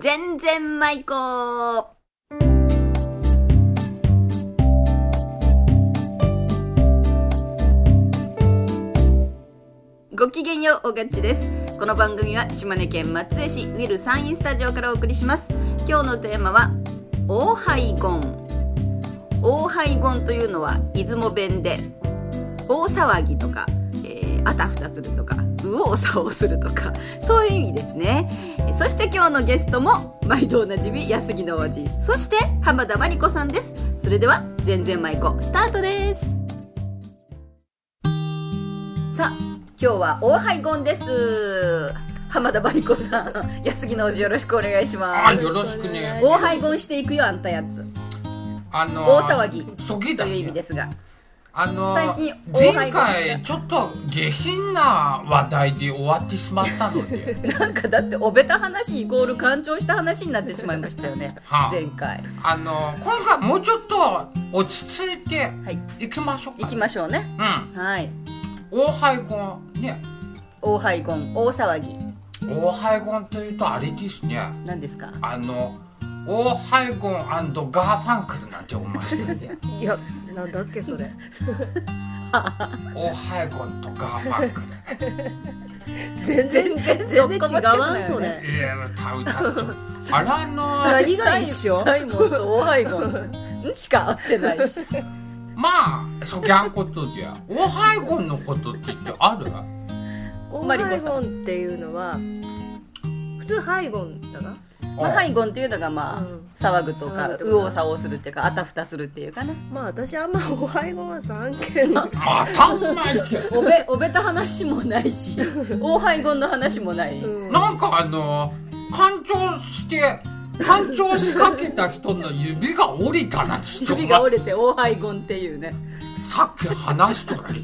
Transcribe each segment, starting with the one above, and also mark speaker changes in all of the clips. Speaker 1: 全然舞子ごきげんようおがっちですこの番組は島根県松江市ウィルサインスタジオからお送りします今日のテーマはオーハイゴンオーハイゴンというのは出雲弁で大騒ぎとか、えーあたふたするとか右往左往するとかそういう意味ですねえーそして今日のゲストも毎度おなじみ安木の王子そして浜田真理子さんですそれでは「全然舞子」スタートですさあ今日は大ハイゴンです浜田真理子さん安木の王子よろしくお願いします
Speaker 2: あよろしくね
Speaker 1: 大ハイゴンしていくよあんたやつ
Speaker 2: あの
Speaker 1: 大騒ぎ
Speaker 2: そぎ
Speaker 1: と
Speaker 2: だ
Speaker 1: いう意味
Speaker 2: ね
Speaker 1: ですが
Speaker 2: あの
Speaker 1: 最近大敗
Speaker 2: 前
Speaker 1: 北
Speaker 2: 回ちょっと下品な話題で終わってしまった ので
Speaker 1: なんかだっておべた話イコール干潮した話になってしまいましたよね
Speaker 2: はあ
Speaker 1: 前回
Speaker 2: あの今回もうちょっと落ち着いて
Speaker 1: はい
Speaker 2: いきましょうか
Speaker 1: 行きましょうね
Speaker 2: うん
Speaker 1: はい
Speaker 2: 大敗ゴンね
Speaker 1: 大ハイゴン大騒ぎ
Speaker 2: 大敗ゴンというとあれですね
Speaker 1: なんですか
Speaker 2: あの大敗ゴンガーファンクルなんて思いました ね
Speaker 3: いや、なんだっけそれ。
Speaker 2: 大敗ゴンとガーファンクル
Speaker 3: 全然全
Speaker 1: 然
Speaker 3: 違
Speaker 1: 違う
Speaker 3: うわ
Speaker 1: わ
Speaker 3: そ
Speaker 1: そ
Speaker 3: れ
Speaker 1: れ。
Speaker 2: いや歌うたう あらの
Speaker 3: 何が一緒？
Speaker 1: サイモンと大ハイゴ ンんしか合ってないし
Speaker 2: まあそぎゃんことでおはいごんのことって言ってある
Speaker 3: オ
Speaker 1: マリ
Speaker 3: ーハ
Speaker 1: コ
Speaker 3: イ
Speaker 1: さ
Speaker 3: ゴンっていうのは普通ハイゴンだな。
Speaker 1: まあハイゴンっていうのがまあ、
Speaker 3: うん
Speaker 1: 騒ぐとか
Speaker 3: 騒ぐと
Speaker 1: 右
Speaker 3: か
Speaker 1: 往左往するっていうかあたふたするっていうかね
Speaker 3: まあ私あんまオーハイゴンは三件の。
Speaker 2: またお前って
Speaker 1: おべ おべた話もないし大ハイゴンの話もない、
Speaker 3: うん
Speaker 2: なんかあの干潮して干潮しかけた人の指が折れたなっつってお
Speaker 1: 指が
Speaker 2: 前
Speaker 1: 折れて大ハイゴンっていうね
Speaker 2: さっき話しとられて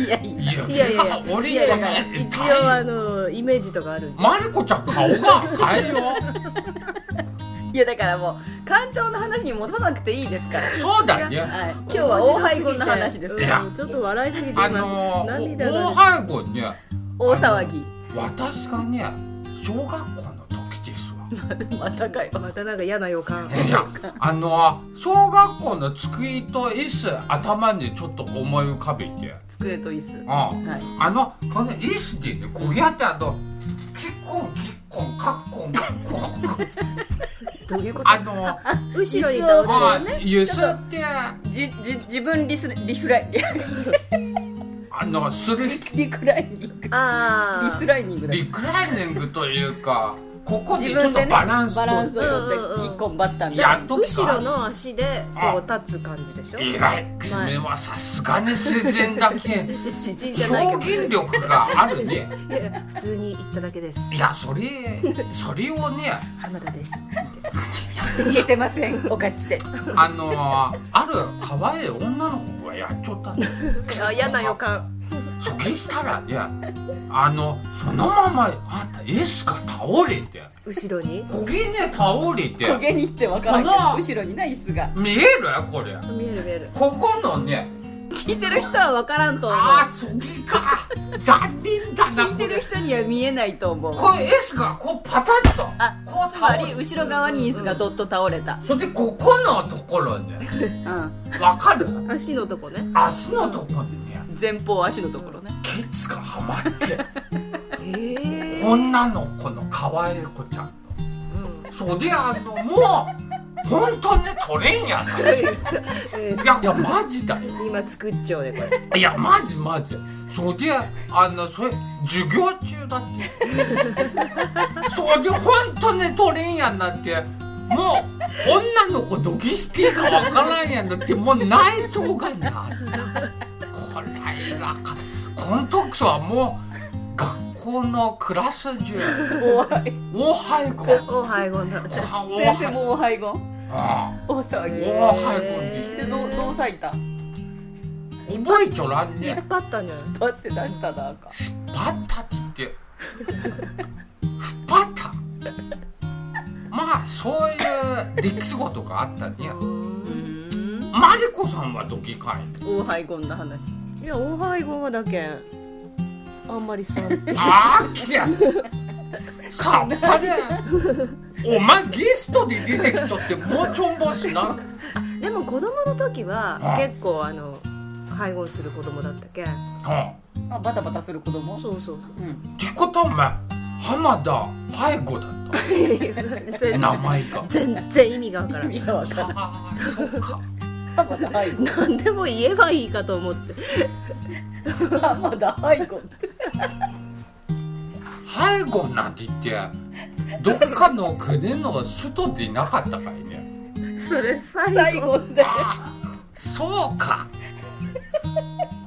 Speaker 1: いやいや
Speaker 3: いや
Speaker 2: 指
Speaker 3: いや
Speaker 2: が折
Speaker 3: い
Speaker 2: れ
Speaker 3: や
Speaker 2: た
Speaker 3: い
Speaker 2: な
Speaker 3: や一応あのイメージとかある。
Speaker 2: マリコちゃん顔が変えよう
Speaker 1: いやだからもう感情の話に戻さなくていいですから
Speaker 2: そうだね
Speaker 1: はい、今日は大ハイゴンの話です
Speaker 3: う
Speaker 1: か
Speaker 3: ん
Speaker 2: い
Speaker 1: ら
Speaker 2: や
Speaker 3: ちょっと笑いすぎて今
Speaker 2: あのー
Speaker 3: 涙
Speaker 2: お
Speaker 3: が。
Speaker 2: はいごんね
Speaker 1: 大騒ぎ
Speaker 2: 私がね小学校の時ですわ
Speaker 1: またかよ
Speaker 3: またなんか嫌な予感。
Speaker 2: いや、あの、小学校の机と椅子、頭にちょっと思い浮かべて。
Speaker 1: 机と椅子
Speaker 2: うん。あ
Speaker 1: はい
Speaker 2: の、この椅子でね、こうやってあの、キッコン、キッコン、カッコン、カッコン。
Speaker 3: どういうこと？
Speaker 2: あの、
Speaker 3: 後ろに倒れ
Speaker 2: まあ、揺すって、
Speaker 1: じじ自分リスリフライリ
Speaker 2: あの、する、
Speaker 1: リクライニング
Speaker 3: る。あ
Speaker 1: リスライニングだ
Speaker 2: リクライニングというか、ここで
Speaker 1: 自
Speaker 2: ち
Speaker 1: 分
Speaker 2: ょっと
Speaker 1: でね
Speaker 2: バランス
Speaker 1: バランス
Speaker 2: と
Speaker 1: を
Speaker 3: うんうん
Speaker 1: 取
Speaker 3: う
Speaker 1: っ
Speaker 3: ん
Speaker 1: て一本バッターみたい
Speaker 2: や
Speaker 1: な
Speaker 2: っ
Speaker 3: あ。
Speaker 2: とき
Speaker 3: 後ろ
Speaker 2: か。
Speaker 3: の足でこう立つ感じでしょ。
Speaker 2: 偉い。君はさすがに自然だけ、
Speaker 3: 詩人じゃない
Speaker 2: 表
Speaker 3: けど。
Speaker 2: 現力があるね。
Speaker 3: いや 普通に言っただけです
Speaker 2: いや、それ、それをね、
Speaker 3: 浜田です
Speaker 1: 言えてませんおかっちで
Speaker 2: あのー、ある可愛い女の子がやっちゃったんだよ。
Speaker 3: あ嫌な予感
Speaker 2: そげしたらね、あの、そのまま、あんた、椅子が倒れて、
Speaker 3: 後ろに
Speaker 2: 焦げね倒れ
Speaker 1: 焦
Speaker 2: て、
Speaker 1: げにってわからんけど
Speaker 2: この
Speaker 1: 後ろにな椅子が
Speaker 2: 見えるこれ。
Speaker 3: 見える見える
Speaker 2: ここのね、
Speaker 1: 聞いてる人はわからんと思う
Speaker 2: ああ、そげか。残念だな、
Speaker 1: 聞い
Speaker 2: こ
Speaker 1: てる
Speaker 2: れ。
Speaker 1: 人には見えないと思う
Speaker 2: これ、椅子がこうパタッと、
Speaker 1: あ
Speaker 2: こう
Speaker 1: つま
Speaker 2: 倒
Speaker 1: り
Speaker 2: れて、
Speaker 1: 後ろ側に椅子がどっと倒れた
Speaker 2: それでここのところね、
Speaker 1: うん
Speaker 2: わかる
Speaker 3: 足のとこね
Speaker 2: 足のところにね、
Speaker 1: 前方足のところね
Speaker 2: ケツがはまって、
Speaker 3: ええ
Speaker 2: 女の子の可愛い子ちゃん。
Speaker 3: うん
Speaker 2: そりゃあのもう本当に取れんやなってい
Speaker 3: え
Speaker 2: やいやマジだよ
Speaker 3: ー今作っちゃうねこれ
Speaker 2: いやマジマジそりゃあのそれ授業中だってそりゃ本当に取れんやなってもう女の子どぎしていいかわからんやなってもう内臓がなったこれがかこの時はもう学校のクラス中
Speaker 1: 怖い
Speaker 2: 大廃校
Speaker 3: おはような
Speaker 2: 大廃
Speaker 1: 先生も大廃ゴン
Speaker 2: 校
Speaker 1: 大騒ぎ
Speaker 2: おーはいこんにち
Speaker 1: でどうどう咲いた
Speaker 2: 覚えちょらんね
Speaker 3: 引っ張ったんじゃない
Speaker 1: パって出したなあかん
Speaker 2: バッタって言ってバッタまあそういう出来事があったね
Speaker 1: うん
Speaker 2: マリコさんはドキかい
Speaker 1: 大廃ゴンの話
Speaker 3: いやおはようはだけんあんまりさ
Speaker 2: あーきやさっぱりお前ゲストで出てきちゃってもうちょんぼしな
Speaker 3: でも子供の時は
Speaker 2: はい
Speaker 3: 結構あの配合する子供だったけん
Speaker 2: うん
Speaker 1: あバタバタする子供
Speaker 3: そう そう
Speaker 1: うん
Speaker 2: ってことはお前浜田背後だっ
Speaker 3: そう
Speaker 2: た名前が
Speaker 3: 全然意味がわからん
Speaker 1: 味がわか
Speaker 2: あーそっか
Speaker 1: らん浜田愛子
Speaker 3: 何でも言えばいいかと思って
Speaker 1: 浜田愛子って
Speaker 2: 背後なんて言ってどっかの国の首都でいなかったかいね
Speaker 3: それ
Speaker 1: 最後で
Speaker 2: あーそうか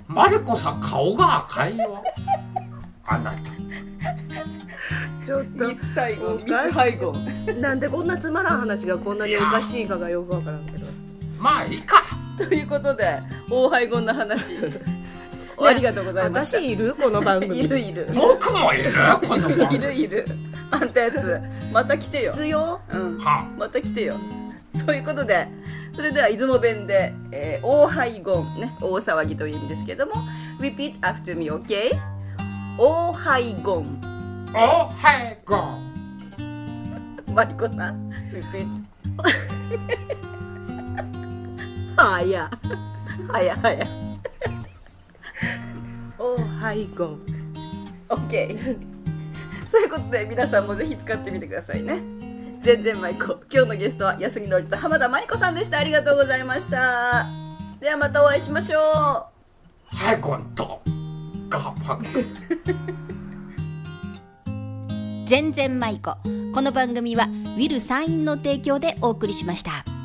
Speaker 2: マリコさん顔が赤いよあなた
Speaker 3: ちょっ
Speaker 1: ミス最後ミス背後
Speaker 3: となんでこんなつまらん話がこんなにおかしいかがよくわからんけど
Speaker 2: まあいいか
Speaker 1: ということで大背後の話ありがとうございました
Speaker 3: 私いるこの番組
Speaker 1: いるいる
Speaker 2: 僕もいるこの番
Speaker 1: い
Speaker 2: 組
Speaker 1: るいるあんたやつまた来てよ、
Speaker 3: 必要
Speaker 1: うん、
Speaker 2: は
Speaker 1: また来てよ そういうことでそれでは出雲弁で、えー、大肺言ね大騒ぎという意味ですけども repeat after me okay 大肺言
Speaker 2: おはようご
Speaker 1: マリコさん repeat はやはやはや
Speaker 3: おはいごん
Speaker 1: OK そういうことで皆さんもぜひ使ってみてくださいね全然舞子今日のゲストは安木のりと浜田舞子さんでしたありがとうございましたではまたお会いしましょう
Speaker 2: はいごんとガパッ
Speaker 4: 全然舞子この番組はウィル・サインの提供でお送りしました。